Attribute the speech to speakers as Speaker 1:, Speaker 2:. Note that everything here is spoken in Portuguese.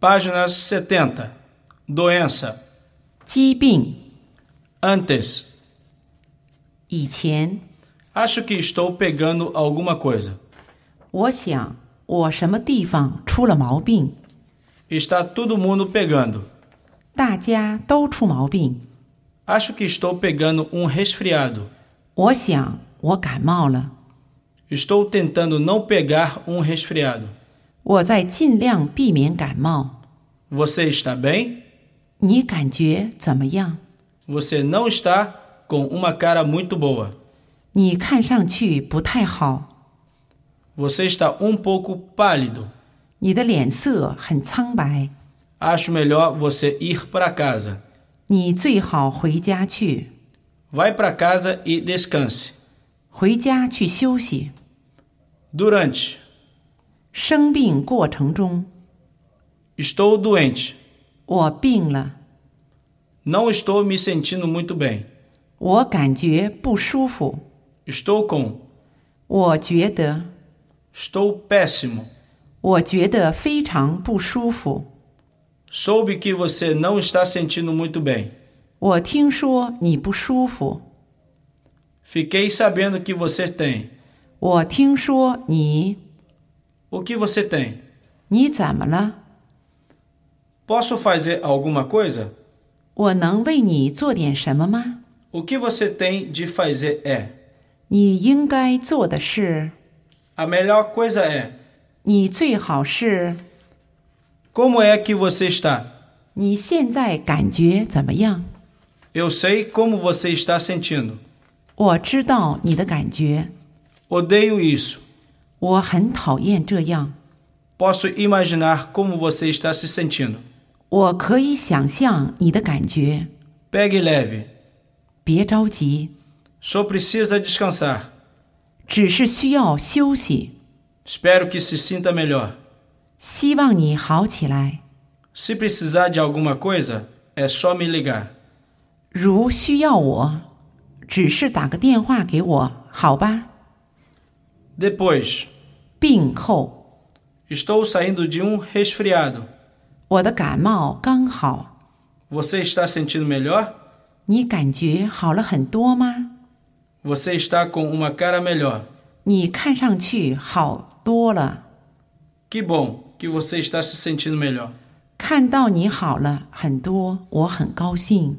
Speaker 1: Páginas 70. Doença.
Speaker 2: 疾病、
Speaker 1: Antes.
Speaker 2: 以前、
Speaker 1: Acho que estou pegando alguma coisa.
Speaker 2: 我想我什么地方出了毛病？
Speaker 1: Está todo mundo pegando.
Speaker 2: 大家都出毛病。
Speaker 1: Acho que estou pegando um resfriado.
Speaker 2: 我想我感冒了。
Speaker 1: Estou tentando não pegar um resfriado.
Speaker 2: 我在尽量避免感冒。
Speaker 1: Você está bem?
Speaker 2: 你感觉怎么样？
Speaker 1: Você não está com uma cara muito boa.
Speaker 2: 你看上去不太好，
Speaker 1: Você está um pouco pálido.
Speaker 2: 你的脸色很苍白。
Speaker 1: Acho melhor você ir para casa.
Speaker 2: 你最好回家去，
Speaker 1: Vai para casa e descanse.
Speaker 2: 回家去休息。
Speaker 1: Durante.
Speaker 2: 生病过程中，
Speaker 1: Estou doente.
Speaker 2: 我病了，
Speaker 1: Não estou me sentindo muito bem.
Speaker 2: 我感觉不舒服，
Speaker 1: Estou com.
Speaker 2: 我觉得，
Speaker 1: Estou péssimo.
Speaker 2: 我觉得非常不舒服。
Speaker 1: Soube que você não está sentindo muito bem.
Speaker 2: 我听说你不舒服，
Speaker 1: Fiquei sabendo que você tem.
Speaker 2: 我听说你，
Speaker 1: O que você tem?
Speaker 2: 你怎么了？
Speaker 1: Posso fazer alguma coisa?
Speaker 2: 我能为你做点什么吗？
Speaker 1: O que você tem de fazer é.
Speaker 2: 你应该做的是，
Speaker 1: A melhor coisa é.
Speaker 2: 你最好是，
Speaker 1: Como é que você está?
Speaker 2: 你现在感觉怎么样？
Speaker 1: Eu sei como você está sentindo.
Speaker 2: 我知道你的感觉，
Speaker 1: Odeio isso.
Speaker 2: 我很讨厌这样。
Speaker 1: Posso imaginar como você está se sentindo.
Speaker 2: 我可以想象你的感觉，
Speaker 1: Pegue leve.
Speaker 2: 别着急，
Speaker 1: Só precisa descansar.
Speaker 2: 只是需要休息。
Speaker 1: Espero que se sinta melhor.
Speaker 2: 希望你好起来。
Speaker 1: Se precisar de alguma coisa, é só me ligar.
Speaker 2: 如需要我，只是打个电话给我，好吧？
Speaker 1: Depois,
Speaker 2: 病后，
Speaker 1: estou saindo de um resfriado.
Speaker 2: 我的感冒刚好。
Speaker 1: Você está sentindo melhor?
Speaker 2: 你感觉好了很多吗？
Speaker 1: Você está com uma cara melhor.
Speaker 2: 你看上去好多了。
Speaker 1: Que bom que você está se sentindo melhor.
Speaker 2: 看到你好了很多，我很高兴。